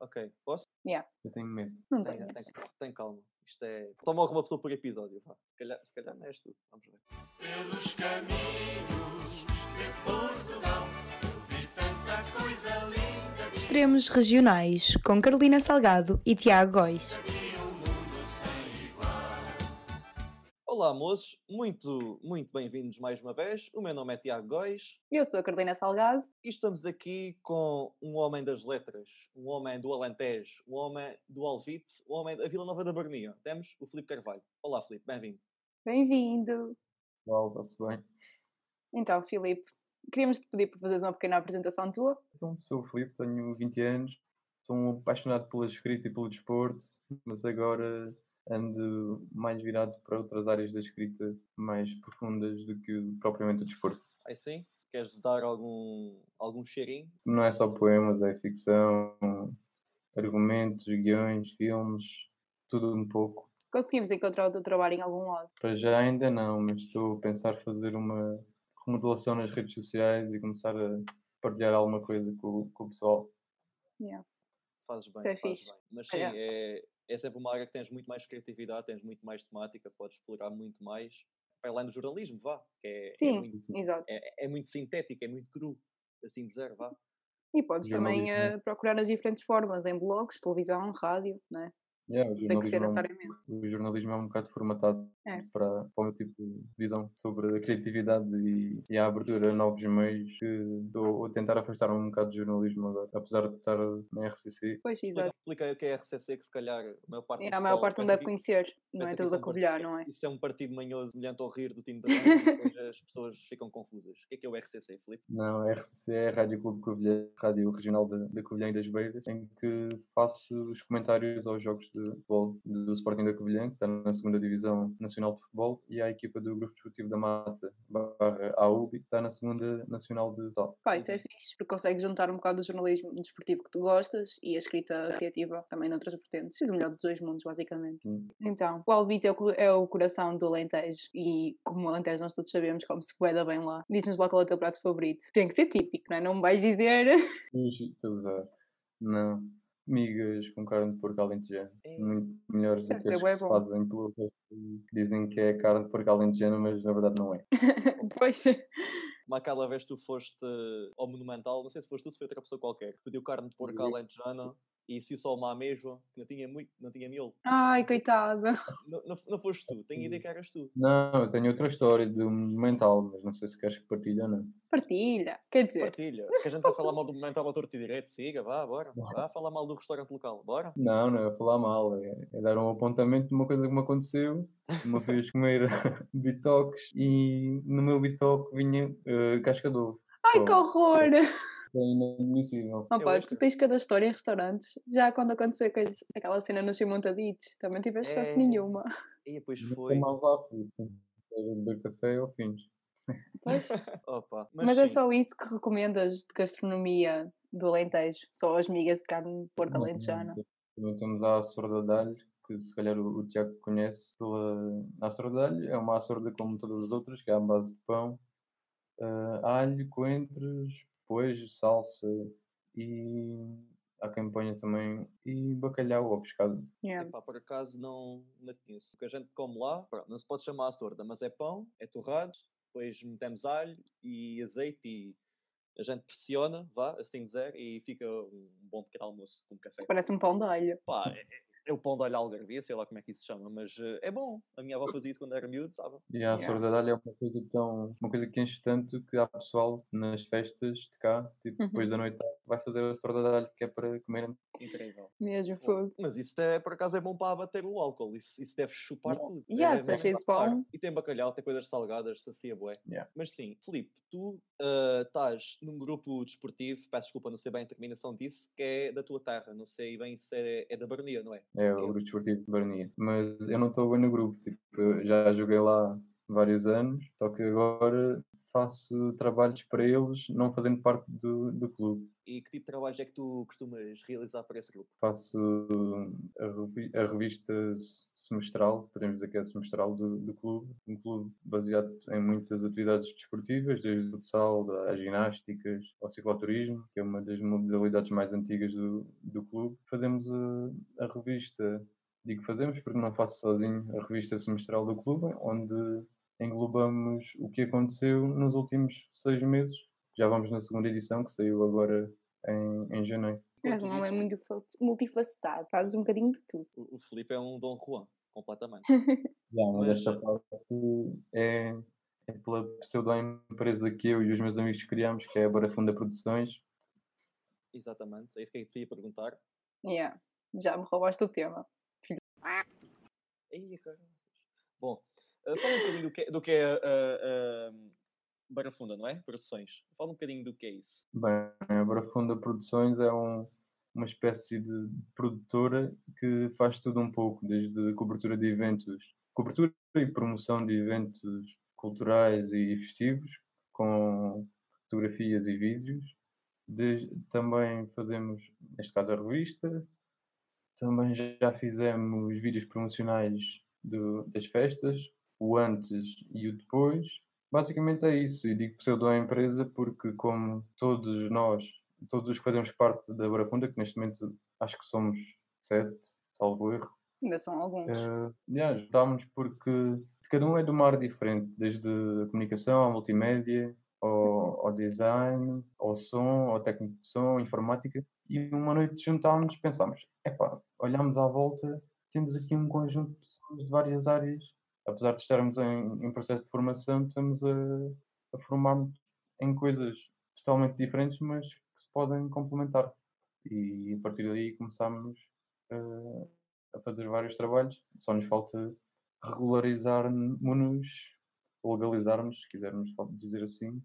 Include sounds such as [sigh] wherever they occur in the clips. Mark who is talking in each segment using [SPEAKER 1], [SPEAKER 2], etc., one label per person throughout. [SPEAKER 1] Ok, posso?
[SPEAKER 2] Yeah.
[SPEAKER 3] Eu tenho medo.
[SPEAKER 2] Não
[SPEAKER 1] Tem,
[SPEAKER 2] tenho.
[SPEAKER 1] tem- tem calma. Isto é. Só morre uma pessoa por episódio. vá. Se calhar, se calhar não és tu. Vamos ver.
[SPEAKER 4] Pelos caminhos de Portugal, eu vi tanta coisa linda.
[SPEAKER 5] Extremos Regionais, com Carolina Salgado e Tiago Góis.
[SPEAKER 1] Olá, moços. Muito, muito bem-vindos mais uma vez. O meu nome é Tiago Góis
[SPEAKER 2] Eu sou a Carolina Salgado.
[SPEAKER 1] e estamos aqui com um homem das letras, um homem do Alentejo, um homem do Alvite, um homem da Vila Nova da Barnia. Temos o Filipe Carvalho. Olá, Filipe. Bem-vindo.
[SPEAKER 2] Bem-vindo.
[SPEAKER 3] Uau, está-se bem.
[SPEAKER 2] Então, Filipe, queríamos te pedir para fazeres uma pequena apresentação tua.
[SPEAKER 3] Então, sou o Filipe, tenho 20 anos, sou um apaixonado pela escrita e pelo desporto, mas agora ando mais virado para outras áreas da escrita mais profundas do que propriamente o desporto.
[SPEAKER 1] Aí sim? Queres dar algum, algum cheirinho?
[SPEAKER 3] Não é só poemas, é ficção, argumentos, guiões, filmes, tudo um pouco.
[SPEAKER 2] Conseguimos encontrar o teu trabalho em algum lado.
[SPEAKER 3] Para já ainda não, mas estou a pensar fazer uma remodelação nas redes sociais e começar a partilhar alguma coisa com, com o pessoal.
[SPEAKER 1] Fazes bem.
[SPEAKER 2] Isso é
[SPEAKER 1] fazes
[SPEAKER 2] fixe.
[SPEAKER 1] bem. Mas sim,
[SPEAKER 2] Olha.
[SPEAKER 1] é, é sempre uma área que tens muito mais criatividade, tens muito mais temática, podes explorar muito mais. Vai lá no jornalismo, vá. Que é, é
[SPEAKER 2] Sim.
[SPEAKER 1] muito-
[SPEAKER 2] Exato.
[SPEAKER 1] é, é muito sintético, é muito cru, assim dizer, vá.
[SPEAKER 2] E podes também
[SPEAKER 3] Jornalismo.
[SPEAKER 2] eh, procurar nas diferentes formas, em blogs, televisão, rádio, não é?
[SPEAKER 3] Yeah, o
[SPEAKER 2] Não Tem que ser
[SPEAKER 3] jornalismo é um-
[SPEAKER 2] necessariamente.
[SPEAKER 3] o jornalismo é um bocado formatado
[SPEAKER 2] É.
[SPEAKER 3] para, para o meu tipo de visão sobre a criatividade e, e a abertura a novos meios que estou a tentar afastar um bocado do jornalismo agora, apesar de estar na RCC.
[SPEAKER 2] Pois,
[SPEAKER 1] Explica-
[SPEAKER 2] exato.
[SPEAKER 1] Expliquei o que é RCC, que se calhar a maior parte
[SPEAKER 2] E
[SPEAKER 1] do
[SPEAKER 2] a maior
[SPEAKER 1] pessoal
[SPEAKER 2] parte não
[SPEAKER 1] pensa
[SPEAKER 2] deve
[SPEAKER 1] que
[SPEAKER 2] conhecer, não é
[SPEAKER 1] pensa que isso
[SPEAKER 2] tudo da
[SPEAKER 1] é um partido-
[SPEAKER 2] Covilhã, não é?
[SPEAKER 1] Isso é um partido manhoso, semelhante ao rir do time da manhã, e depois as pessoas ficam confusas. O que é que é o RCC,
[SPEAKER 2] [laughs]
[SPEAKER 1] Filipe?
[SPEAKER 3] Não, a RCC é a Rádio Clube Covilhã, Rádio Regional da, da Covilhã e das Beiras, em que faço os comentários aos jogos de futebol do Sporting da Covilhã, que está na segunda Divisão Nacional de Futebol, e à equipa do Grupo Desportivo da Mata, barra AUB, que está na segunda Nacional de Futsal.
[SPEAKER 2] Pá, isso é fixe, porque consegues juntar um bocado o jornalismo desportivo que tu gostas e a escrita criativa também noutras vertentes. Fiz o melhor dos dois mundos, basicamente.
[SPEAKER 3] Sim.
[SPEAKER 2] Então, o Alvite é o, co- é o coração do Alentejo e, como o Alentejo, nós todos sabemos como se poeda bem lá. Diz-nos lá qual é o teu prato favorito. Tem que ser típico, não é? Não me vais dizer. [laughs]
[SPEAKER 3] Sushi, estou a usar. Não. Migas com carne de porco alentejana.
[SPEAKER 1] Ei.
[SPEAKER 3] Muito melhores do
[SPEAKER 2] É. Deve
[SPEAKER 3] que
[SPEAKER 2] ser
[SPEAKER 3] as
[SPEAKER 2] bué
[SPEAKER 3] que se
[SPEAKER 2] bom.
[SPEAKER 3] fazem pelo resto. que Dizem que é carne de porco alentejana, mas na verdade não é.
[SPEAKER 2] pois,
[SPEAKER 1] Como aquela vez tu foste ao Monumental, não sei se foste tu, se foi outra pessoa qualquer, que pediu carne de porco
[SPEAKER 3] Eu.
[SPEAKER 1] alentejana e se só uma à mesma, que não tinha muito, não tinha miolo.
[SPEAKER 2] ai, coitada.
[SPEAKER 1] Não, não, não foste tu, tenho ideia que eras tu.
[SPEAKER 3] Não, eu tenho outra história do mental, mas não sei se queres que partilhe ou não.
[SPEAKER 2] Partilha, quer dizer,
[SPEAKER 1] Partilha, que a gente vai falar mal do Monumental ao torto e direito, siga, vá, bora. Vá falar mal do restaurante local, bora.
[SPEAKER 3] Não, não é falar mal, é, é dar um apontamento de uma coisa que me aconteceu.
[SPEAKER 2] [laughs]
[SPEAKER 3] Uma vez comer [laughs] bitoques e no meu bitoque vinha eh, casca de ovo.
[SPEAKER 2] ai, que
[SPEAKER 3] Oh,
[SPEAKER 2] horror!
[SPEAKER 3] É inadmissível.
[SPEAKER 2] Oh, pá,
[SPEAKER 1] acho
[SPEAKER 2] tu
[SPEAKER 1] que-
[SPEAKER 2] tens cada história em restaurantes. Já quando aconteceu coisa- aquela cena nos Simontaditos, também tiveste
[SPEAKER 1] É.
[SPEAKER 2] sorte nenhuma.
[SPEAKER 1] E depois
[SPEAKER 3] Não
[SPEAKER 1] foi.
[SPEAKER 3] tem mal lá, fui. Beber café ao fim.
[SPEAKER 2] [laughs] Pois.
[SPEAKER 1] Opa,
[SPEAKER 2] Mas, é
[SPEAKER 1] sim,
[SPEAKER 2] só isso que recomendas de gastronomia do Alentejo? Só as migas de carne de porco
[SPEAKER 3] Não, não,
[SPEAKER 2] alentejana?
[SPEAKER 3] t- Também temos a Açorda de Alho, que se calhar o, o Tiago conhece. Pela... A Açorda de Alho é uma açorda como todas as outras, que é à base de pão, ah, alho, coentros, pois, salsa e a campanha também, e bacalhau ou pescado.
[SPEAKER 2] Yeah.
[SPEAKER 1] Epá, por acaso não, não conheço. O que a gente come lá, pronto, não se pode chamar a sorda, mas é pão, é torrado, depois metemos alho e azeite e a gente pressiona, vá, assim dizer, e fica um bom pequeno almoço com café.
[SPEAKER 2] Parece um pão de alho.
[SPEAKER 1] Pá, é, é- é o pão de alho algarvia, sei lá como é que isso se chama, mas eh, é bom. A minha avó fazia isso quando era miúdo, sabe?
[SPEAKER 3] E a
[SPEAKER 2] Yeah.
[SPEAKER 3] Açorda de Alho é uma coisa tão. uma coisa que enche tanto que há pessoal nas festas de cá, tipo,
[SPEAKER 2] Uhum.
[SPEAKER 3] depois da noite, vai fazer a Açorda de Alho, que é para comerem.
[SPEAKER 1] Incrível.
[SPEAKER 2] Mesmo
[SPEAKER 1] Pô,
[SPEAKER 2] fogo.
[SPEAKER 1] Mas isso é, por acaso é bom para abater o álcool, isso, isso deve chupar
[SPEAKER 3] Não.
[SPEAKER 1] tudo.
[SPEAKER 2] Yeah,
[SPEAKER 1] é
[SPEAKER 2] se é
[SPEAKER 1] bom
[SPEAKER 2] cheio de
[SPEAKER 1] para apertar.
[SPEAKER 2] pão.
[SPEAKER 1] E tem bacalhau, tem coisas salgadas, sacia bué.
[SPEAKER 3] Yeah.
[SPEAKER 1] Mas sim, Filipe, tu ah, estás num grupo desportivo, peço desculpa, não sei bem a terminação disso, que é da tua terra, não sei bem se é, é da Barnia, não é?
[SPEAKER 3] É, o
[SPEAKER 1] Eu-
[SPEAKER 3] grupo desportivo de Barnia. Mas eu não estou bem no grupo, tipo, eu já joguei lá vários anos, só que agora faço trabalhos para eles, não fazendo parte do, do clube.
[SPEAKER 1] E que tipo de trabalhos é que tu costumas realizar para esse grupo?
[SPEAKER 3] Faço a, revi- a revista se- semestral, podemos dizer que é semestral do, do clube, um clube baseado em muitas atividades desportivas, desde o futsal, da- às ginásticas, ao cicloturismo, que é uma das modalidades mais antigas do, do clube. Fazemos eh, a- a revista digo fazemos porque não faço sozinho a revista semestral do clube, onde englobamos o que aconteceu nos últimos seis meses. Já vamos na segunda edição, que saiu agora em, em janeiro.
[SPEAKER 2] És um homem muito fa- multifacetado, fazes um bocadinho de tudo.
[SPEAKER 1] O o Felipe é um Dom Juan, completamente.
[SPEAKER 3] Já, mas
[SPEAKER 1] Mas-
[SPEAKER 3] esta parte é, é pela pseudo-empresa que eu e os meus amigos criámos, que é a Barafunda Produções.
[SPEAKER 1] Exatamente, é isso que eu te ia perguntar.
[SPEAKER 2] Yeah. Já me roubaste o tema.
[SPEAKER 1] Ei, caralho. Bom, eh, fala um bocadinho do que, do que é a Barafunda, não é? Produções. Fala um bocadinho do que é isso.
[SPEAKER 3] Bem, a Barafunda Produções é um- uma espécie de produtora que faz tudo um pouco, desde cobertura de eventos, cobertura e promoção de eventos culturais e festivos, com fotografias e vídeos. Des- também fazemos, neste caso, a revista. Também já fizemos vídeos promocionais do- das festas, o antes e o depois. Basicamente é isso, e digo pseudo-empresa porque, como todos nós, todos os que fazemos parte da Barafunda, que neste momento acho que somos sete, salvo erro,
[SPEAKER 2] Ainda são alguns.
[SPEAKER 1] É.
[SPEAKER 2] [laughs]
[SPEAKER 3] eh, yeah, juntámos-nos porque cada um é de uma área diferente, desde a comunicação à multimédia, ao, ao design, ao som, ao técnico de som, informática. E uma noite juntámos, pensámos, epá, olhámos à volta, temos aqui um conjunto de pessoas de várias áreas. Apesar de estarmos em, em processo de formação, estamos a, a formar-nos em coisas totalmente diferentes, mas que se podem complementar. E a partir daí começámos eh, a fazer vários trabalhos, só nos falta regularizarmos-nos, legalizarmos, se quisermos fa- dizer assim,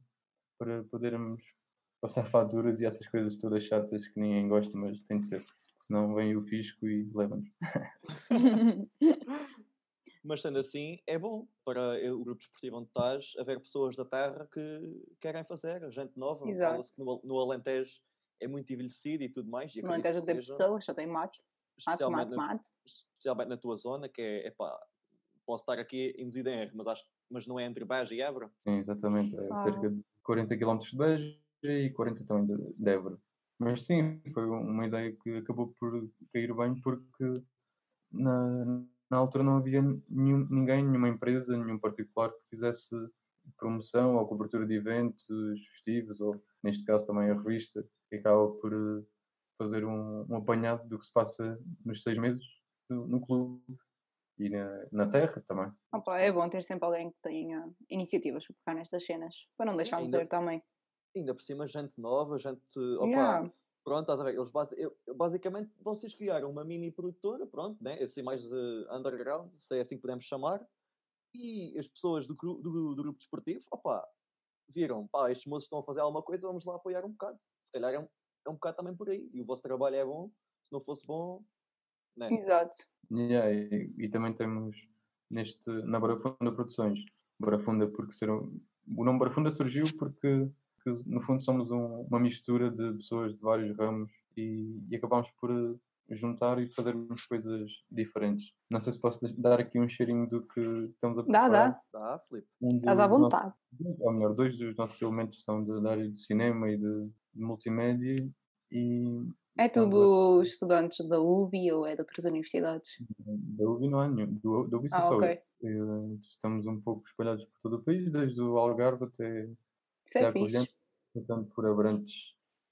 [SPEAKER 3] para podermos passar faturas e essas coisas todas chatas que ninguém gosta, mas tem de ser, senão vem o fisco e leva-nos.
[SPEAKER 2] Tipo,
[SPEAKER 1] Mas sendo assim, é bom para eu- o grupo desportivo onde estás haver pessoas da terra que querem fazer, gente nova.
[SPEAKER 2] Exato.
[SPEAKER 1] fala-se No, Al- no Alentejo é muito envelhecido e tudo mais. e
[SPEAKER 2] não
[SPEAKER 1] acredito
[SPEAKER 2] tens
[SPEAKER 1] que
[SPEAKER 2] não tem
[SPEAKER 1] seja,
[SPEAKER 2] pessoas, só tem mato. Mato,
[SPEAKER 1] especialmente
[SPEAKER 2] mato,
[SPEAKER 1] na-
[SPEAKER 2] mato.
[SPEAKER 1] especialmente na tua zona, que é, epá, posso estar aqui induzido em erro, mas, acho, mas não é entre Beja e Évora.
[SPEAKER 3] Sim, exatamente, é
[SPEAKER 2] Uau.
[SPEAKER 3] cerca de 40 km de Beja e 40 também de de Évora. Mas sim, foi uma ideia que acabou por cair bem porque na, na altura não havia nenhum- ninguém, nenhuma empresa, nenhum particular que fizesse promoção ou cobertura de eventos festivos, ou neste caso também a revista, que acaba por eh, fazer um, um apanhado do que se passa nos seis meses no, no clube e na, na terra também.
[SPEAKER 2] Opa, é bom ter sempre alguém que tenha iniciativas para pegar nestas cenas, para não deixar
[SPEAKER 1] ainda-
[SPEAKER 2] morrer também.
[SPEAKER 1] Ainda por cima, gente nova, gente. Opa,
[SPEAKER 2] Yeah.
[SPEAKER 1] Pronto, estás a ver? Eles basi- eu- eu- basicamente, vocês criaram uma mini produtora, pronto, né? assim mais eh, underground, se é assim que podemos chamar, e as pessoas do, cru- do- do grupo desportivo, opa, viram, pá, estes moços estão a fazer alguma coisa, vamos lá apoiar um bocado. Se calhar é um, é um bocado também por aí. E o vosso trabalho é bom, se não fosse bom, né?
[SPEAKER 2] Exato.
[SPEAKER 3] Yeah, e, e também temos neste, na Barafunda Produções. Barafunda, porque ser, um- o nome Barafunda surgiu porque, que, no fundo, somos um- uma mistura de pessoas de vários ramos e, e acabámos por eh, juntar e fazermos coisas diferentes. Não sei se posso deix- dar aqui um cheirinho do que estamos a
[SPEAKER 2] Dá,
[SPEAKER 3] preparar.
[SPEAKER 2] dá.
[SPEAKER 1] Dá, Filipe.
[SPEAKER 3] Um
[SPEAKER 2] Estás à
[SPEAKER 3] dos nossos-
[SPEAKER 2] vontade.
[SPEAKER 3] dois- ou melhor, dois dos nossos elementos são da da área de cinema e de, de multimédia e
[SPEAKER 2] É
[SPEAKER 3] Então, vou-
[SPEAKER 2] tudo estudantes da UBI ou é de outras universidades?
[SPEAKER 3] da UBI não há nenhum, do, da
[SPEAKER 1] é
[SPEAKER 3] UBI sou
[SPEAKER 2] Ah,
[SPEAKER 3] só eu.
[SPEAKER 2] ok.
[SPEAKER 3] Eh, Estamos um pouco espalhados por todo o país, desde o Algarve até,
[SPEAKER 2] Isso é
[SPEAKER 3] Tiago
[SPEAKER 2] fixe.
[SPEAKER 3] Brilhante. portanto, por Abrantes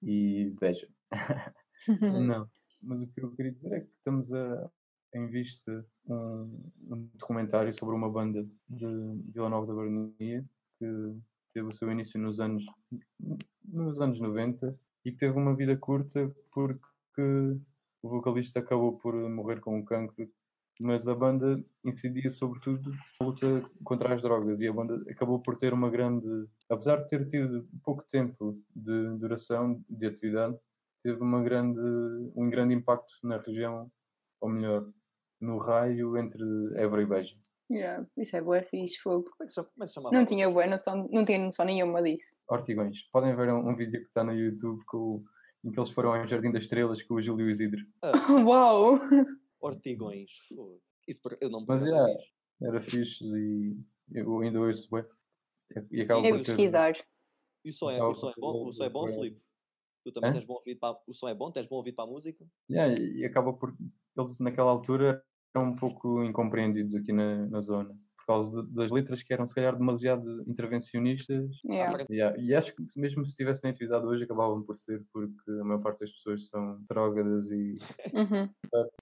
[SPEAKER 3] e Beja.
[SPEAKER 2] [laughs] Uhum.
[SPEAKER 3] Não. Mas o que eu queria dizer é que estamos a, em vista um, um documentário sobre uma banda de Vila Nova da Barania que teve o seu início nos anos, nos anos 90 e que teve uma vida curta porque o vocalista acabou por morrer com um cancro, mas a banda incidia sobretudo na luta contra as drogas e a banda acabou por ter uma grande, apesar de ter tido pouco tempo de duração de atividade, teve uma grande, um grande impacto na região, ou melhor, no raio entre Évora e Beja.
[SPEAKER 2] Yeah, Isso é boa, fixe, fogo.
[SPEAKER 1] Como é que, chama- como é que chamava?
[SPEAKER 2] Não tinha boa noção, não tinha noção nenhuma disso. [laughs]
[SPEAKER 3] Ortigões. Podem ver um, um vídeo que está no YouTube com, em que eles foram ao Jardim das Estrelas com o Júlio Isidro.
[SPEAKER 2] Uau!
[SPEAKER 1] Ah, Ortigões. Fogo. Isso por- eu não
[SPEAKER 3] Mas,
[SPEAKER 1] por acaso,
[SPEAKER 3] yeah.
[SPEAKER 1] não fiz.
[SPEAKER 3] Era fixe e eu ainda ouço bué. E acabo
[SPEAKER 2] É
[SPEAKER 3] por ter-
[SPEAKER 2] pesquisar.
[SPEAKER 1] E o som é,
[SPEAKER 3] Então,
[SPEAKER 1] o som é bom, o som é bom,
[SPEAKER 3] eu-
[SPEAKER 1] Filipe? Tu também
[SPEAKER 3] Hã?
[SPEAKER 1] tens bom ouvido para o som é bom, tens bom ouvido para a música?
[SPEAKER 3] Yeah, e acaba por. Eles naquela altura eram um pouco incompreendidos aqui na, na zona. Por causa de- das letras que eram se calhar demasiado intervencionistas.
[SPEAKER 2] Yeah.
[SPEAKER 1] Aparentemente,
[SPEAKER 3] Yeah, E acho que mesmo se tivessem atividade hoje acabavam por ser, porque a maior parte das pessoas são drogadas e
[SPEAKER 2] Uhum.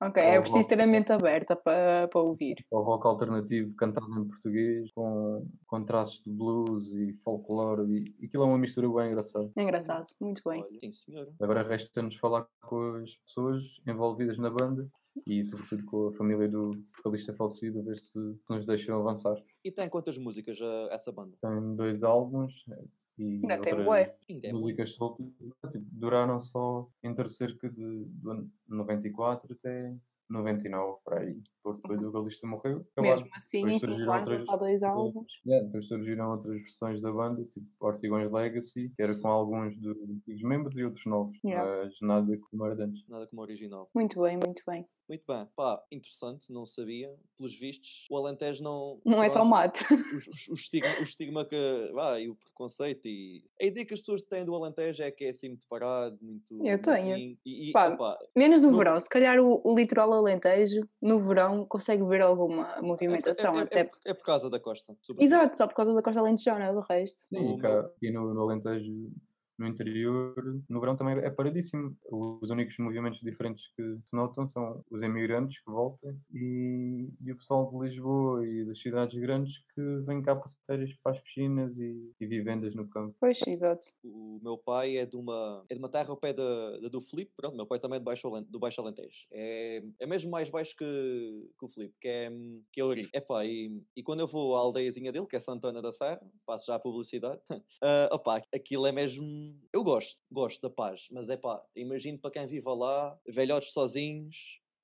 [SPEAKER 2] Ok, é
[SPEAKER 3] Ou
[SPEAKER 2] preciso ter a
[SPEAKER 3] volta.
[SPEAKER 2] mente aberta para, para ouvir.
[SPEAKER 3] ao rock alternativo cantado em português, com, com traços de blues e folclore, e aquilo é uma mistura bem engraçada.
[SPEAKER 2] É Engraçado, muito bem.
[SPEAKER 1] olha, sim senhora.
[SPEAKER 3] Agora resta-nos falar com as pessoas envolvidas na banda e sobretudo com a família do vocalista falecido, a ver se nos deixam avançar.
[SPEAKER 1] E tem quantas músicas ah, essa banda?
[SPEAKER 3] Tem dois álbuns eh, e
[SPEAKER 2] Ainda tem
[SPEAKER 3] outras
[SPEAKER 2] bué.
[SPEAKER 1] Ainda é música.
[SPEAKER 3] músicas soltas, tipo, duraram só entre cerca de do ano 94 até 99, por aí. Porque depois o vocalista morreu. acabaram.
[SPEAKER 2] Mesmo assim,
[SPEAKER 3] Depois
[SPEAKER 2] em 5
[SPEAKER 3] surgiram
[SPEAKER 2] anos,
[SPEAKER 3] outras-
[SPEAKER 2] lançar dois
[SPEAKER 3] outras-
[SPEAKER 2] álbuns.
[SPEAKER 3] Yeah, depois surgiram outras versões da banda, tipo Ortigões Legacy, que era com alguns dos antigos membros e outros novos,
[SPEAKER 2] Yeah.
[SPEAKER 3] mas nada como era de antes.
[SPEAKER 1] Nada como a original.
[SPEAKER 2] Muito bem, muito bem.
[SPEAKER 1] Muito bem. Pá, interessante, não sabia. Pelos vistos, o Alentejo não...
[SPEAKER 2] Não é só
[SPEAKER 1] nós-
[SPEAKER 2] mate. [laughs]
[SPEAKER 1] os- os- O estigma, o estigma que... Ah, e o preconceito e... A ideia que as pessoas têm do Alentejo é que é assim muito parado, muito...
[SPEAKER 2] Eu tenho.
[SPEAKER 1] novinho, E, é e
[SPEAKER 2] Pá,
[SPEAKER 1] opá,
[SPEAKER 2] Menos no
[SPEAKER 1] Não-
[SPEAKER 2] verão, se calhar o, o litoral alentejo, no verão, consegue ver alguma
[SPEAKER 1] é- é-
[SPEAKER 2] movimentação.
[SPEAKER 1] é, é,
[SPEAKER 2] até...
[SPEAKER 1] por- é por causa da Costa. sobretudo.
[SPEAKER 2] Exato, só por causa da costa alentejana, do resto.
[SPEAKER 3] Sim,
[SPEAKER 1] O
[SPEAKER 3] e cá, aqui no, no Alentejo, no interior, no verão também é paradíssimo. Os únicos movimentos diferentes que se notam são os emigrantes que voltam e, e o pessoal de Lisboa e das cidades grandes que vem cá passar férias para as piscinas e, e vivendas no campo.
[SPEAKER 2] Pois, exato.
[SPEAKER 1] O meu pai é de uma, é de uma terra ao pé da, da do Filipe, pronto, meu pai também é do Baixo, Alen- do baixo Alentejo. É, é mesmo mais baixo que, que o Filipe, que é, hum, que é Ourique. Epá, e, e quando eu vou à aldeiazinha dele, que é Santana da Serra, passo já a publicidade, [laughs] ah, opá, aquilo é mesmo... Eu gosto, gosto da paz, mas é pá, imagino para quem viva lá, velhotes sozinhos,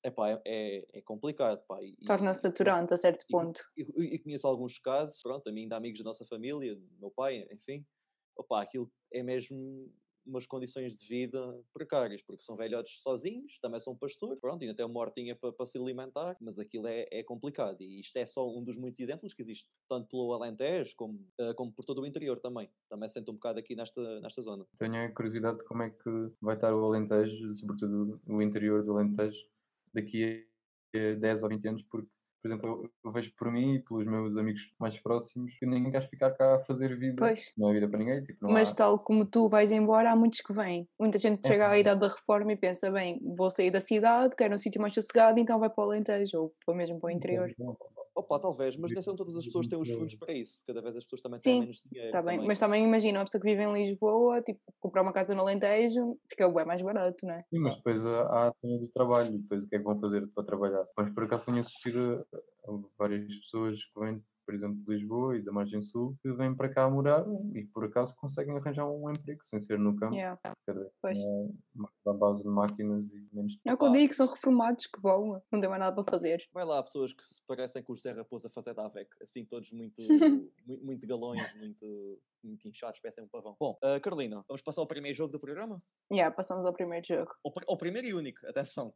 [SPEAKER 1] epá, é, é, é complicado, pá. e- é, e-
[SPEAKER 2] Torna-se saturante a certo ponto.
[SPEAKER 1] eu, eu- eu conheço alguns casos, pronto, a mim, de amigos da nossa família, do meu pai, enfim. Opa, aquilo é mesmo umas condições de vida precárias, porque são velhotes sozinhos, também são pastores, pronto, ainda têm uma hortinha para se alimentar, mas aquilo é, é complicado. E isto é só um dos muitos exemplos que existe, tanto pelo Alentejo como, eh, como por todo o interior também. Também sinto um bocado aqui nesta, nesta zona.
[SPEAKER 3] Tenho a curiosidade de como é que vai estar o Alentejo, sobretudo o interior do Alentejo, daqui a eh, 10 ou 20 anos, porque, por exemplo, eu, eu vejo por mim e pelos meus amigos mais próximos que ninguém quer ficar cá a fazer vida.
[SPEAKER 2] Pois.
[SPEAKER 3] Não há vida para ninguém, tipo, não
[SPEAKER 2] Mas
[SPEAKER 3] há...
[SPEAKER 2] tal como tu vais embora, há muitos que vêm. Muita gente
[SPEAKER 3] É
[SPEAKER 2] chega à
[SPEAKER 3] verdade.
[SPEAKER 2] idade da reforma e pensa, bem, vou sair da cidade, quero um sítio mais sossegado, então vai para o Alentejo, ou para mesmo para o um interior.
[SPEAKER 1] Opa, talvez, mas nem são todas as pessoas que têm os
[SPEAKER 3] Sim.
[SPEAKER 1] fundos para isso. Cada vez as pessoas também têm
[SPEAKER 2] Sim,
[SPEAKER 1] menos dinheiro.
[SPEAKER 2] Está Tá bem,
[SPEAKER 1] também.
[SPEAKER 2] mas também imagina, uma pessoa que vive em Lisboa, tipo, comprar uma casa no Alentejo, fica bem mais barato, não é?
[SPEAKER 3] Sim, mas depois há há a cena do trabalho, depois o que é que vão fazer para trabalhar. Mas por acaso tenho assistido a a várias pessoas que vêm, por exemplo, de Lisboa e da Margem Sul, que vêm para cá morar e por acaso conseguem arranjar um emprego sem ser no campo,
[SPEAKER 2] Yeah,
[SPEAKER 3] quer dizer,
[SPEAKER 2] pois.
[SPEAKER 3] ma- à base de máquinas e menos.
[SPEAKER 2] É o que eu
[SPEAKER 1] Pá.
[SPEAKER 2] digo, são reformados, que bom, não tem mais nada para fazer.
[SPEAKER 1] Vai lá, há pessoas que se parecem com o José Raposo a fazer da AVEC, assim, todos muito, muito, muito galões, muito, muito inchados, parecem um pavão. Bom, ah, Carolina, vamos passar ao primeiro jogo do programa?
[SPEAKER 2] Yeah, passamos ao primeiro jogo.
[SPEAKER 1] Ao, pr- ao primeiro e único, atenção.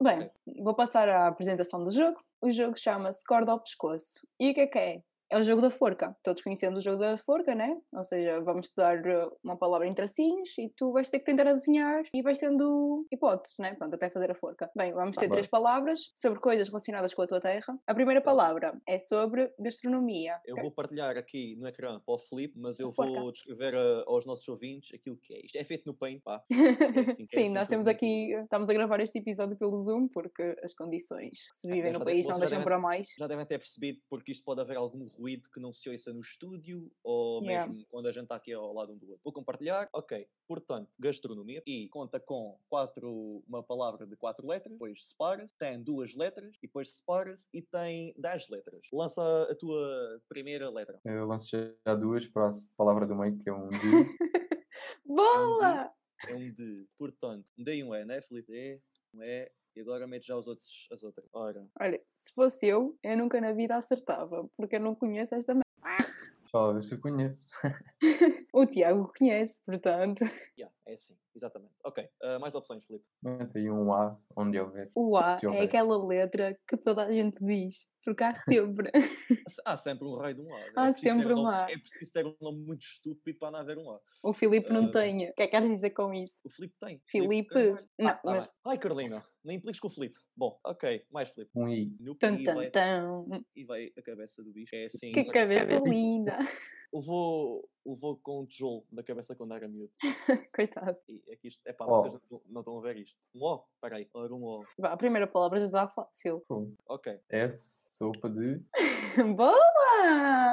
[SPEAKER 2] Bem, vou passar à apresentação do jogo. O jogo chama-se Corda ao Pescoço. E o que é que é? É o jogo da forca. Todos conhecemos o jogo da forca, né? Ou seja, vamos-te dar eh, uma palavra em tracinhos e tu vais ter que tentar adivinhar e vais tendo hipóteses, né? Pronto, até fazer a forca. Bem, vamos
[SPEAKER 1] Tá
[SPEAKER 2] ter
[SPEAKER 3] bem.
[SPEAKER 2] três palavras sobre coisas relacionadas com a tua terra. A primeira palavra é sobre gastronomia.
[SPEAKER 1] Tá Eu vou partilhar aqui no ecrã para o Filipe, mas eu
[SPEAKER 2] Forca.
[SPEAKER 1] vou descrever ah, aos nossos ouvintes aquilo que é. Isto é feito no Paint, pá.
[SPEAKER 2] [laughs]
[SPEAKER 1] é assim que é,
[SPEAKER 2] Sim, nós
[SPEAKER 1] sempre
[SPEAKER 2] temos
[SPEAKER 1] muito-
[SPEAKER 2] aqui, estamos a gravar este episódio pelo Zoom porque as condições que se
[SPEAKER 1] Ah, mas
[SPEAKER 2] vivem
[SPEAKER 1] já
[SPEAKER 2] no
[SPEAKER 1] de-
[SPEAKER 2] país
[SPEAKER 1] vocês
[SPEAKER 2] não
[SPEAKER 1] já
[SPEAKER 2] deixam
[SPEAKER 1] devem-
[SPEAKER 2] para mais.
[SPEAKER 1] Já devem ter percebido, porque isto pode haver algum ruído que não se ouça no estúdio ou
[SPEAKER 2] Yeah.
[SPEAKER 1] mesmo quando a gente está aqui ao lado um do outro. Vou compartilhar. Ok. Portanto, gastronomia. E conta com quatro, uma palavra de quatro letras, depois separa-se, tem duas letras, e depois separa-se e tem dez letras. Lança a tua primeira letra.
[SPEAKER 3] Eu lanço já duas para a s- palavra do meio, que é um [laughs] dia.
[SPEAKER 2] Boa!
[SPEAKER 1] É um D. Portanto, um D e um E, né, Felipe? D, um é, e agora meto já os outros, as outras. Ora,
[SPEAKER 2] Olha, se fosse eu, eu nunca na vida acertava, porque eu não conheço esta merda.
[SPEAKER 3] Só a ver se eu conheço. [laughs]
[SPEAKER 2] O Tiago conhece, portanto.
[SPEAKER 1] yeah, é assim, exatamente. Ok, ah, mais opções, Filipe.
[SPEAKER 3] Mete aí um A onde houver.
[SPEAKER 2] O A
[SPEAKER 3] Se
[SPEAKER 2] é
[SPEAKER 3] houver.
[SPEAKER 2] aquela letra que toda a gente diz, porque há sempre. [laughs]
[SPEAKER 1] Há sempre um rei de um A.
[SPEAKER 2] Há sempre um A.
[SPEAKER 1] É preciso ter um nome muito estúpido para não haver um A.
[SPEAKER 2] o Filipe não
[SPEAKER 1] Ah.
[SPEAKER 2] tem. O que é que queres dizer com isso?
[SPEAKER 1] O Filipe tem.
[SPEAKER 2] Filipe.
[SPEAKER 1] Carvalho.
[SPEAKER 2] Não,
[SPEAKER 1] Ah, tá
[SPEAKER 2] mas-
[SPEAKER 1] bem. Ai, Carolina, nem impliques com o Filipe. Bom, ok, mais Filipe.
[SPEAKER 3] Um I.
[SPEAKER 1] Nuke
[SPEAKER 2] Tan,
[SPEAKER 1] e,
[SPEAKER 2] tan,
[SPEAKER 1] vai,
[SPEAKER 2] tan.
[SPEAKER 1] e vai a cabeça do bicho. É assim.
[SPEAKER 2] Que
[SPEAKER 1] parece-
[SPEAKER 2] cabeça linda. [laughs]
[SPEAKER 1] Levou, levou com um tijolo na cabeça quando era miúdo.
[SPEAKER 2] Coitado.
[SPEAKER 1] E é que isto, é pá,
[SPEAKER 3] Ó.
[SPEAKER 1] vocês não tão- não estão a ver isto. Um O? Peraí, ora um O.
[SPEAKER 2] Vá, a primeira palavra já está fácil. [laughs]
[SPEAKER 3] Pô,
[SPEAKER 1] Ok,
[SPEAKER 3] S. Sopa de.
[SPEAKER 1] Bom,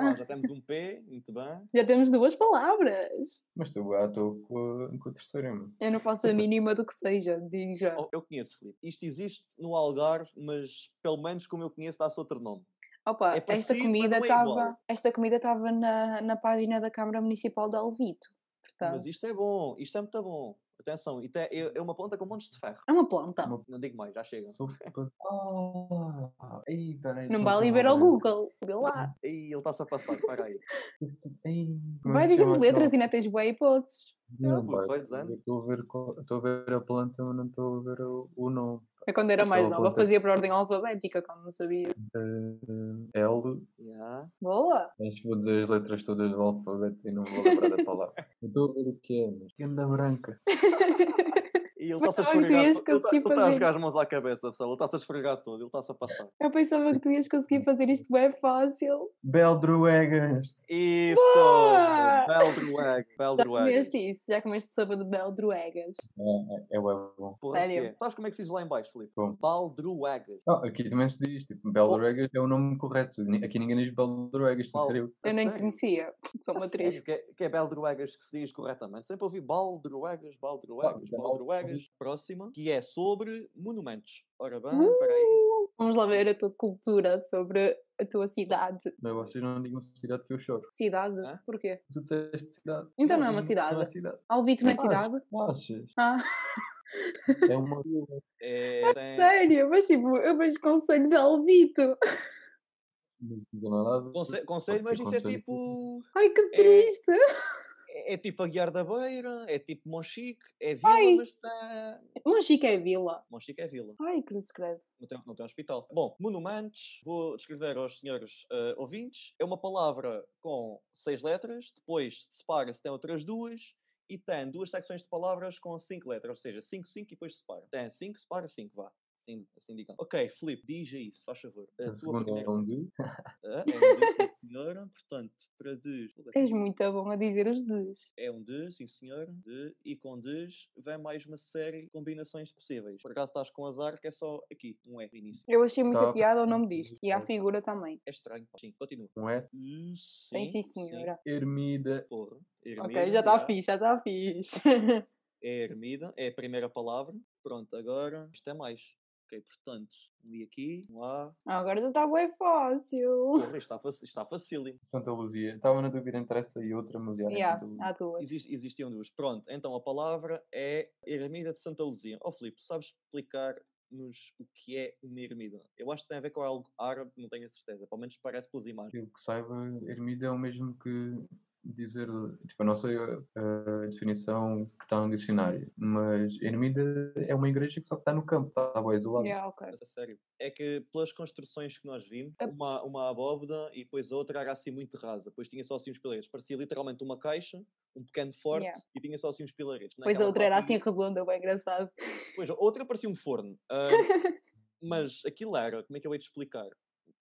[SPEAKER 2] Boa!
[SPEAKER 1] já temos um P, muito bem.
[SPEAKER 2] Já temos duas palavras.
[SPEAKER 3] Mas estou à toa com a, com a terceira. mano.
[SPEAKER 2] Eu não faço a mínima do que seja, digo já.
[SPEAKER 1] Oh, Eu conheço, Filipe. Isto existe no Algarve, mas pelo menos como eu conheço, dá-se outro nome.
[SPEAKER 2] Opa,
[SPEAKER 1] é
[SPEAKER 2] esta
[SPEAKER 1] parecido, mas
[SPEAKER 2] comida
[SPEAKER 1] não é
[SPEAKER 2] estava
[SPEAKER 1] igual.
[SPEAKER 2] esta comida estava na, na página da Câmara Municipal de Alvito. Portanto,
[SPEAKER 1] Mas isto é bom, isto é muito bom. Atenção, isto é, é é uma planta com montes de ferro.
[SPEAKER 2] é uma planta.
[SPEAKER 3] Uma-
[SPEAKER 1] Não digo mais, já chega.
[SPEAKER 3] Sopa de. Ah! Ei, peraí.
[SPEAKER 2] Não
[SPEAKER 3] tô
[SPEAKER 2] vale
[SPEAKER 3] com
[SPEAKER 2] ver ao
[SPEAKER 1] é?
[SPEAKER 3] uma-
[SPEAKER 2] Google. Vê lá.
[SPEAKER 1] Ei, ele está-se a passar, peraí.
[SPEAKER 3] Ei, como é
[SPEAKER 2] Vai
[SPEAKER 3] que se chama
[SPEAKER 2] dizendo letras e
[SPEAKER 3] aquela-
[SPEAKER 2] não tens boa hipóteses.
[SPEAKER 1] Não,
[SPEAKER 3] Não,
[SPEAKER 1] puto,
[SPEAKER 3] pá,
[SPEAKER 1] vai
[SPEAKER 3] estou a
[SPEAKER 1] dizendo.
[SPEAKER 3] ver- Estou a ver qual- estou a ver a planta, mas não estou a ver o, o nome.
[SPEAKER 2] Eu É quando era mais
[SPEAKER 3] Boa
[SPEAKER 2] nova
[SPEAKER 3] planta.
[SPEAKER 2] fazia por ordem alfabética, quando não sabia.
[SPEAKER 3] Eh, L.
[SPEAKER 1] Yeah.
[SPEAKER 2] Boa!
[SPEAKER 3] Mas vou dizer as letras todas do alfabeto e não vou lembrar da palavra. [laughs] Eu Estou a ver o que é, mas. Ganda branca.
[SPEAKER 1] E ele
[SPEAKER 2] Mas
[SPEAKER 1] está-se a
[SPEAKER 2] sabem que tu
[SPEAKER 1] esfregar.
[SPEAKER 2] ias
[SPEAKER 1] to- Ele
[SPEAKER 2] conseguir
[SPEAKER 1] está a
[SPEAKER 2] fazer.
[SPEAKER 1] jogar as mãos à cabeça, pessoal. Ele está-se a esfregar todo, ele está-se a passar.
[SPEAKER 2] Eu pensava que tu ias conseguir fazer isto bem fácil.
[SPEAKER 3] Beldruegas.
[SPEAKER 1] Isso!
[SPEAKER 2] Boa!
[SPEAKER 1] Beldruag,
[SPEAKER 2] Já
[SPEAKER 1] Beldruag.
[SPEAKER 2] comeste isso, já comeste sopa de beldroegas.
[SPEAKER 3] É, é, é bué bom.
[SPEAKER 1] Porra,
[SPEAKER 2] Sério?
[SPEAKER 1] sim. Sabes como é que se diz lá em baixo, Filipe?
[SPEAKER 3] Como?
[SPEAKER 1] Baldruagas.
[SPEAKER 3] Ah, aqui também se diz, tipo, Beldruegas é o nome correto. Ni- Aqui ninguém diz Beldruegas,
[SPEAKER 1] Bal-
[SPEAKER 3] sério.
[SPEAKER 1] A
[SPEAKER 2] Eu nem
[SPEAKER 1] sério?
[SPEAKER 2] conhecia, sou uma
[SPEAKER 1] A sério,
[SPEAKER 2] triste.
[SPEAKER 1] Que é, que é Beldruegas que se diz corretamente. Sempre ouvi Baldruegas, Baldruegas,
[SPEAKER 3] já não-
[SPEAKER 1] Baldruegas. Próxima, que é sobre monumentos. Ora bem, peraí.
[SPEAKER 2] Uh, Vamos lá ver a tua cultura sobre a tua cidade.
[SPEAKER 3] Mas vocês não digam cidade que eu choro.
[SPEAKER 2] Cidade?
[SPEAKER 1] Hã?
[SPEAKER 2] Porquê?
[SPEAKER 3] Tu disseste cidade.
[SPEAKER 2] Então não é uma
[SPEAKER 3] dizes que Não é
[SPEAKER 2] cidade.
[SPEAKER 3] cidade.
[SPEAKER 2] Alvito não é
[SPEAKER 3] Ah,
[SPEAKER 2] cidade?
[SPEAKER 3] Achas?
[SPEAKER 2] Ah,
[SPEAKER 3] É uma vila.
[SPEAKER 1] É, tem-
[SPEAKER 2] sério? Mas tipo, eu vejo conselho de Alvito.
[SPEAKER 3] Não dizem nada.
[SPEAKER 1] Conse- Conselho,
[SPEAKER 3] Pode
[SPEAKER 1] mas
[SPEAKER 3] ser
[SPEAKER 1] isso é
[SPEAKER 3] conselho.
[SPEAKER 1] tipo.
[SPEAKER 2] Ai, que triste!
[SPEAKER 1] É, é tipo Aguiar da Beira, é tipo Monchique, é vila,
[SPEAKER 2] Ai.
[SPEAKER 1] mas está.
[SPEAKER 2] Monchique é vila.
[SPEAKER 1] Monchique é vila,
[SPEAKER 2] Ai, que segredo.
[SPEAKER 1] não tem, não tem hospital. Bom, monumentos, vou descrever aos senhores eh, ouvintes. É uma palavra com seis letras, depois separa-se, tem outras duas. E tem duas secções de palavras com cinco letras, ou seja, cinco, cinco e depois separa. Tem cinco, separa cinco, vá. Assim, assim digam. Ok, Filipe, diz aí, se faz favor. A
[SPEAKER 3] A
[SPEAKER 1] tua
[SPEAKER 3] segunda é
[SPEAKER 1] primeira.
[SPEAKER 3] um de.
[SPEAKER 1] Ah, é um de, sim, senhora. Portanto, para diz.
[SPEAKER 2] És muito bom a dizer os dos.
[SPEAKER 1] É um de, sim senhor, de, e com des vem mais uma série de combinações possíveis. Por acaso estás com azar que é só aqui, um E no início.
[SPEAKER 2] Eu achei muita
[SPEAKER 3] Tá.
[SPEAKER 2] piada ao nome disto. E à
[SPEAKER 3] Tá.
[SPEAKER 2] figura também.
[SPEAKER 1] É estranho, pá. sim, continua.
[SPEAKER 3] Um S.
[SPEAKER 1] Hum, Sim, é
[SPEAKER 2] Bem, sim, senhora.
[SPEAKER 3] Ermida.
[SPEAKER 1] Porra,
[SPEAKER 2] Ok,
[SPEAKER 1] ermida,
[SPEAKER 2] já está
[SPEAKER 1] já.
[SPEAKER 2] fixe, já está fixe.
[SPEAKER 1] É ermida, é a primeira palavra. Pronto, agora isto é mais. Ok, portanto, li aqui, um A.
[SPEAKER 2] Ah, Agora já está bem fácil.
[SPEAKER 1] Porra, isto está, faci- isto está facílimo.
[SPEAKER 3] Santa Luzia. Estava na dúvida entre essa e outra, mas já é
[SPEAKER 2] Yeah,
[SPEAKER 3] Santa Luzia.
[SPEAKER 2] há duas.
[SPEAKER 1] Exis- existiam duas. Pronto, então a palavra é ermida de Santa Luzia. Ó oh, Filipe, sabes explicar-nos o que é uma ermida? Eu acho que tem a ver com algo árabe, não tenho a certeza. Pelo menos parece pelas imagens.
[SPEAKER 3] Eu que saiba, ermida é o mesmo que dizer. Tipo, eu não sei a, a definição que está no dicionário, mas ermida é uma igreja que só está no campo, está bem isolada.
[SPEAKER 2] Yeah, ok.
[SPEAKER 1] Mas a sério. É que pelas construções que nós vimos,
[SPEAKER 2] Ah.
[SPEAKER 1] uma, uma abóboda e depois a outra era assim muito rasa, depois tinha só assim uns pilaretes. Parecia literalmente uma caixa, um pequeno forte
[SPEAKER 2] Yeah.
[SPEAKER 1] e tinha só assim uns pilaretes.
[SPEAKER 2] Pois a
[SPEAKER 1] Naquela
[SPEAKER 2] outra era
[SPEAKER 1] parte
[SPEAKER 2] assim
[SPEAKER 1] tinha-
[SPEAKER 2] redonda, bem engraçado.
[SPEAKER 1] Pois, a outra parecia um
[SPEAKER 2] [laughs]
[SPEAKER 1] forno. Ah, mas aquilo era, como é que eu hei de explicar?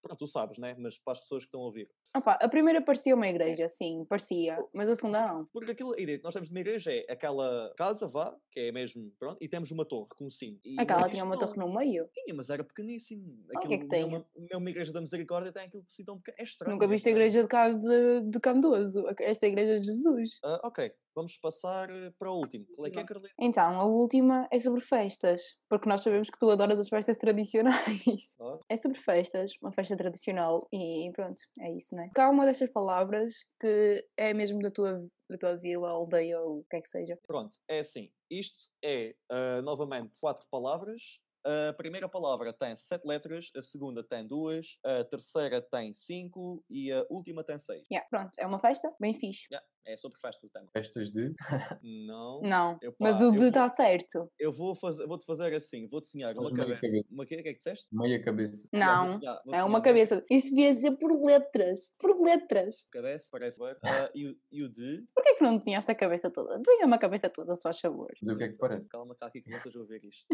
[SPEAKER 1] Pronto, tu sabes, né? Mas para as pessoas que estão a ouvir.
[SPEAKER 2] Opa, Ah, a primeira parecia uma igreja, sim, parecia. Mas a segunda não.
[SPEAKER 1] Porque aquilo, a ideia que nós temos de uma igreja é aquela casa, vá, que é mesmo, pronto, e temos uma torre com um sino. E
[SPEAKER 2] Aquela
[SPEAKER 1] nós
[SPEAKER 2] tinha
[SPEAKER 1] isto
[SPEAKER 2] uma
[SPEAKER 1] não.
[SPEAKER 2] torre no meio.
[SPEAKER 1] Tinha, mas era pequeníssimo.
[SPEAKER 2] Ah, o que é que tem?
[SPEAKER 1] Nenhuma, nenhuma igreja da misericórdia tem aquilo de si tão pequeno. É estranho.
[SPEAKER 2] Nunca
[SPEAKER 1] é
[SPEAKER 2] viste a
[SPEAKER 1] estranho.
[SPEAKER 2] igreja de casa de, de Candoso. Esta é a igreja de Jesus.
[SPEAKER 1] Ah, ok, vamos passar eh, para o último. Qual é que é,
[SPEAKER 2] Não.
[SPEAKER 1] Carolina?
[SPEAKER 2] Então, a última é sobre festas, porque nós sabemos que tu adoras as festas [laughs] tradicionais.
[SPEAKER 1] Ah.
[SPEAKER 2] É sobre festas, uma festa tradicional e pronto, é isso, né? Cá uma destas palavras que é mesmo da tua, da tua vila, aldeia ou o que é que seja.
[SPEAKER 1] Pronto, é assim. Isto é, ah, novamente, quatro palavras. A primeira palavra tem sete letras, a segunda tem duas, a terceira tem cinco e a última tem seis.
[SPEAKER 2] Yeah, pronto, é uma festa, bem fixe.
[SPEAKER 1] É sobre festa o
[SPEAKER 2] [laughs]
[SPEAKER 1] tema.
[SPEAKER 3] Estas de.
[SPEAKER 1] Não.
[SPEAKER 2] Não,
[SPEAKER 1] Eu,
[SPEAKER 2] mas
[SPEAKER 1] pá,
[SPEAKER 2] o
[SPEAKER 1] Ah, eu
[SPEAKER 2] de
[SPEAKER 1] vou-
[SPEAKER 2] está certo.
[SPEAKER 1] Eu vou fazer, vou-te fazer assim, vou desenhar uma
[SPEAKER 3] Faz meia
[SPEAKER 1] cabeça.
[SPEAKER 3] cabeça.
[SPEAKER 1] Uma que, que é que disseste?
[SPEAKER 3] Meia cabeça.
[SPEAKER 1] Já, vou
[SPEAKER 2] Não,
[SPEAKER 1] desenhar- vou
[SPEAKER 2] é uma
[SPEAKER 1] desenhar
[SPEAKER 2] cabeça. Isso devia ser por letras, por letras.
[SPEAKER 1] Cabeça, parece
[SPEAKER 3] [laughs]
[SPEAKER 1] bem. Ah, e, o- e o de.
[SPEAKER 2] Porquê que não desenhaste a cabeça toda? Desenha uma cabeça toda, se faz favor.
[SPEAKER 3] Mas o que é que parece?
[SPEAKER 1] Calma, cá aqui que não estás a ouvir isto.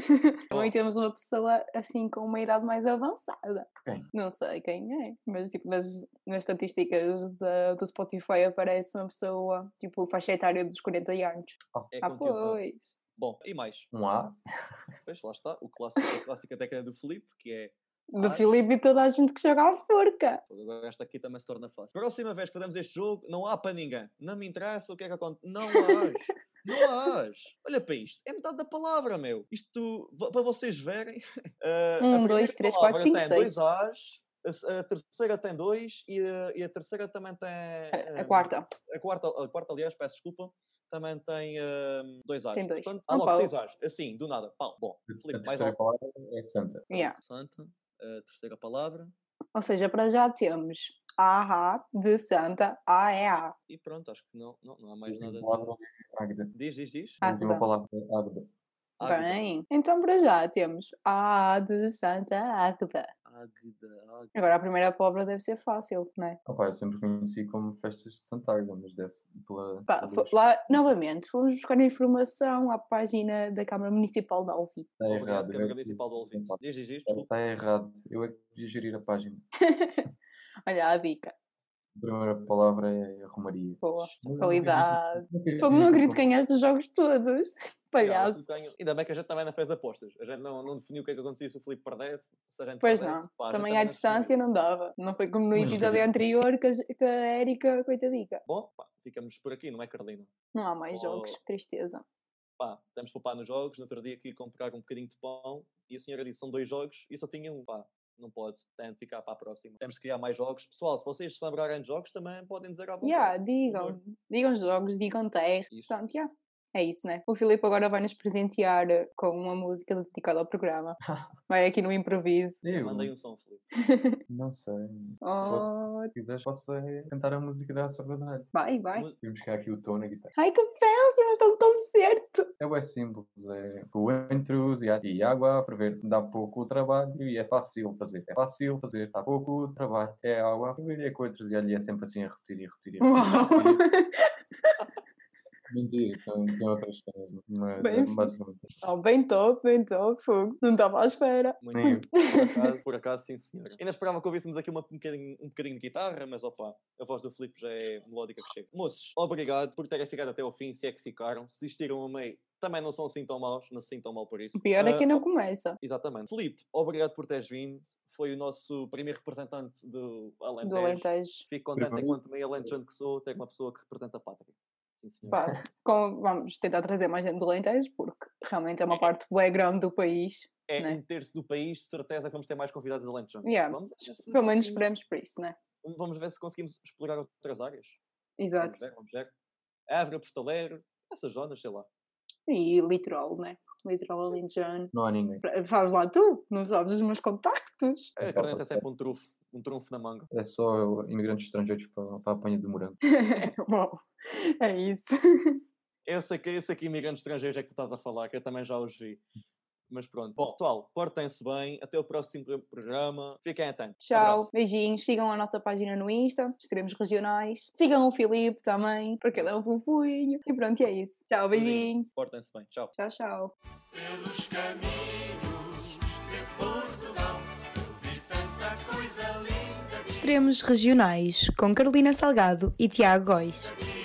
[SPEAKER 2] Também temos uma pessoa assim com uma idade mais avançada.
[SPEAKER 3] Quem?
[SPEAKER 2] Não sei quem é, mas tipo nas, nas estatísticas da, do Spotify aparece uma pessoa tipo faixa etária dos 40 anos.
[SPEAKER 1] É
[SPEAKER 2] ah,
[SPEAKER 1] conteúdo.
[SPEAKER 2] pois.
[SPEAKER 1] Bom, e mais?
[SPEAKER 3] Um A.
[SPEAKER 1] Pois, lá está, o clássico, a clássica técnica do Filipe, que é.
[SPEAKER 2] Do
[SPEAKER 1] Acho-
[SPEAKER 2] Filipe e toda a gente que joga à forca.
[SPEAKER 1] Agora esta aqui também se torna fácil. Próxima vez que fazemos este jogo, não há para ninguém. Não me interessa o que é que acontece. Não há. Não há. Olha para isto. É metade da palavra, meu. Isto, vo- para vocês verem. [laughs] ah, a
[SPEAKER 2] Um,
[SPEAKER 1] primeira
[SPEAKER 2] dois, três, quatro,
[SPEAKER 1] palavra
[SPEAKER 2] cinco,
[SPEAKER 1] tem
[SPEAKER 2] seis.
[SPEAKER 1] dois A's. A, se- a terceira tem dois e a, e a terceira também tem.
[SPEAKER 2] A, a
[SPEAKER 1] ah,
[SPEAKER 2] quarta.
[SPEAKER 1] a quarta, a quarta, aliás, peço desculpa, também tem hum, dois A's.
[SPEAKER 2] Tem dois.
[SPEAKER 1] Portanto,
[SPEAKER 2] Ah,
[SPEAKER 1] há logo
[SPEAKER 2] pau.
[SPEAKER 1] seis A's. Assim, do nada. Pau. Bom,
[SPEAKER 3] A
[SPEAKER 1] Filipe, mais
[SPEAKER 3] terceira
[SPEAKER 1] algo.
[SPEAKER 3] palavra é Santa.
[SPEAKER 2] Yeah.
[SPEAKER 1] Santa, a eh, terceira palavra.
[SPEAKER 2] Ou seja, para já temos AH de Santa A é A.
[SPEAKER 1] E pronto, acho que não, não, não há
[SPEAKER 3] A
[SPEAKER 1] mais nada.
[SPEAKER 3] última palavra é Agda.
[SPEAKER 1] Diz, diz, diz.
[SPEAKER 2] Ah.
[SPEAKER 3] A última
[SPEAKER 2] Agda.
[SPEAKER 3] palavra é Agda.
[SPEAKER 1] Águeda.
[SPEAKER 2] Bem, então para já temos A de Santa Águeda.
[SPEAKER 1] Águeda, águeda.
[SPEAKER 2] Agora a primeira palavra deve ser fácil, não é?
[SPEAKER 3] Opa, eu sempre conheci como festas de Santa Agda, mas deve ser pela.
[SPEAKER 2] Pá,
[SPEAKER 3] pelas-
[SPEAKER 2] fo- lá, novamente, fomos buscar informação à página da Câmara Municipal de Alvi.
[SPEAKER 3] Está
[SPEAKER 1] Obrigado,
[SPEAKER 3] errado. eu é
[SPEAKER 1] Câmara
[SPEAKER 3] que-
[SPEAKER 1] Municipal do Alvinte. Diz, diz, diz, desculpa.
[SPEAKER 3] Está errado. Eu é que devia gerir a página.
[SPEAKER 2] Olha a dica.
[SPEAKER 3] A primeira palavra é Romaria.
[SPEAKER 2] Boa.
[SPEAKER 3] Mas eu nunca vi-
[SPEAKER 1] [laughs]
[SPEAKER 2] Qualidade.
[SPEAKER 3] nunca
[SPEAKER 2] Fogo,
[SPEAKER 3] vi
[SPEAKER 2] não
[SPEAKER 3] essa
[SPEAKER 2] acredito que
[SPEAKER 3] palavra.
[SPEAKER 2] ganhaste os jogos todos. [laughs]
[SPEAKER 3] É
[SPEAKER 1] Obrigado,
[SPEAKER 2] Palhaço.
[SPEAKER 1] eu tenho- Ainda bem que a gente também não fez apostas. A gente não, não definiu o que é que acontecia se o Filipe perdesse. Se a gente
[SPEAKER 2] Pois
[SPEAKER 1] perdesse.
[SPEAKER 2] não.
[SPEAKER 1] Pá, a gente
[SPEAKER 2] Também à distância
[SPEAKER 1] definiu.
[SPEAKER 2] não dava. Não foi como no
[SPEAKER 3] Mas
[SPEAKER 2] episódio
[SPEAKER 3] diga.
[SPEAKER 2] anterior que a, ge- que a Erika, coitadica.
[SPEAKER 1] Bom, pá, ficamos por aqui, não é, Carolina?
[SPEAKER 2] Não há mais jogos.
[SPEAKER 1] Oh.
[SPEAKER 2] Tristeza.
[SPEAKER 1] Pá, temos que poupar nos jogos. No outro dia aqui comprar um bocadinho de pão e a senhora disse: são dois jogos e só tinha um. Pá, não pode. Tem de ficar para a próxima. Temos que criar mais jogos. Pessoal, se vocês se lembrarem de jogos, também podem dizer à vontade.
[SPEAKER 2] Yeah, digam. Digam jogos, digam terra.
[SPEAKER 1] Isto.
[SPEAKER 2] Portanto, yeah. É isso, né? O Filipe agora vai nos presentear eh, com uma música dedicada
[SPEAKER 1] [laughs]
[SPEAKER 2] ao programa. Vai aqui no improviso.
[SPEAKER 3] Eu
[SPEAKER 1] Mandei um som, Filipe.
[SPEAKER 3] não sei.
[SPEAKER 2] [laughs] Oh,
[SPEAKER 3] Se quiseres, posso é cantar a música da Sordadalho.
[SPEAKER 2] vai, vai.
[SPEAKER 1] Mu-
[SPEAKER 3] Vimos cá aqui o tom na guitarra.
[SPEAKER 2] Ai, que péssimo, mas é
[SPEAKER 1] [laughs]
[SPEAKER 2] um concerto.
[SPEAKER 3] É o símbolos, é o entusiasmo e água a ferver. Dá pouco trabalho e é fácil fazer. É fácil fazer, dá pouco trabalho. É água a ferver e é com entusiasmo e é sempre assim a repetir e repetir e repetir.
[SPEAKER 2] Uau.
[SPEAKER 3] repetir. Mentira, tem, tem outras coisas, mas
[SPEAKER 2] Bem
[SPEAKER 3] é
[SPEAKER 2] fixe.
[SPEAKER 3] basicamente.
[SPEAKER 2] Oh, bem top, bem top, fogo. Não estava à espera.
[SPEAKER 1] Muito
[SPEAKER 3] Nem
[SPEAKER 2] [laughs]
[SPEAKER 1] bem. por, acaso, por acaso, sim, senhora. Ainda esperava que ouvíssemos aqui uma- um, bocadinho, um bocadinho de guitarra, mas opa, a voz do Filipe já é melódica que chega. Moços, obrigado por terem ficado até ao fim, se é que ficaram. Se desistiram a meio, também não são assim tão maus, não se sintam mal por isso.
[SPEAKER 2] O pior é
[SPEAKER 1] Ah,
[SPEAKER 2] que não começa.
[SPEAKER 1] Exatamente. Filipe, obrigado por teres vindo. Foi o nosso primeiro representante do Alentejo.
[SPEAKER 2] Do Alentejo.
[SPEAKER 1] Fico contente
[SPEAKER 3] Primeiro.
[SPEAKER 1] enquanto meio alentejano que sou, ter uma pessoa que representa a pátria. Sim, senhor. [laughs]
[SPEAKER 2] Pá, com- vamos tentar trazer mais gente do Alentejo, porque realmente é uma parte bem grande do país.
[SPEAKER 1] É
[SPEAKER 2] né?
[SPEAKER 1] um terço do país, de certeza que vamos ter mais convidados de Alentejo.
[SPEAKER 2] Yeah.
[SPEAKER 1] Vamos, ver se-
[SPEAKER 2] Pelo menos esperamos por isso, né?
[SPEAKER 1] vamos ver se conseguimos explorar outras áreas.
[SPEAKER 2] Exato.
[SPEAKER 1] Vamos ver, vamos ver. Évora, Porto Alegre, essas zonas, sei lá. é.
[SPEAKER 2] E litoral, né? Litoral alentejano.
[SPEAKER 3] Não há ninguém.
[SPEAKER 2] Sabes lá tu? Não sabes os meus
[SPEAKER 1] [laughs]
[SPEAKER 2] contactos? [laughs]
[SPEAKER 1] A
[SPEAKER 3] Então,
[SPEAKER 1] corneta é
[SPEAKER 3] pode
[SPEAKER 1] sempre um trunfo, um trunfo na manga.
[SPEAKER 3] É só imigrantes estrangeiros para, para a apanha do morango.
[SPEAKER 2] Bom, é isso.
[SPEAKER 1] Eu sei que esse aqui, imigrantes estrangeiros, é que tu estás a falar, que eu também já os vi. Mas pronto. Bom, pessoal, portem-se bem. Até o próximo pro- programa. Fiquem atentos.
[SPEAKER 2] Tchau,
[SPEAKER 1] Um Abraço.
[SPEAKER 2] beijinhos. Sigam a nossa página no Insta, Extremos Regionais. Sigam o Filipe também, porque ele é um fofinho. E pronto, é isso. Tchau, beijinhos.
[SPEAKER 1] Portem-se bem. Tchau.
[SPEAKER 2] Tchau, tchau.
[SPEAKER 4] pelos caminhos de Portugal. Vi tanta coisa linda,
[SPEAKER 5] Extremos Regionais, com Carolina Salgado e Tiago Góis.
[SPEAKER 4] vi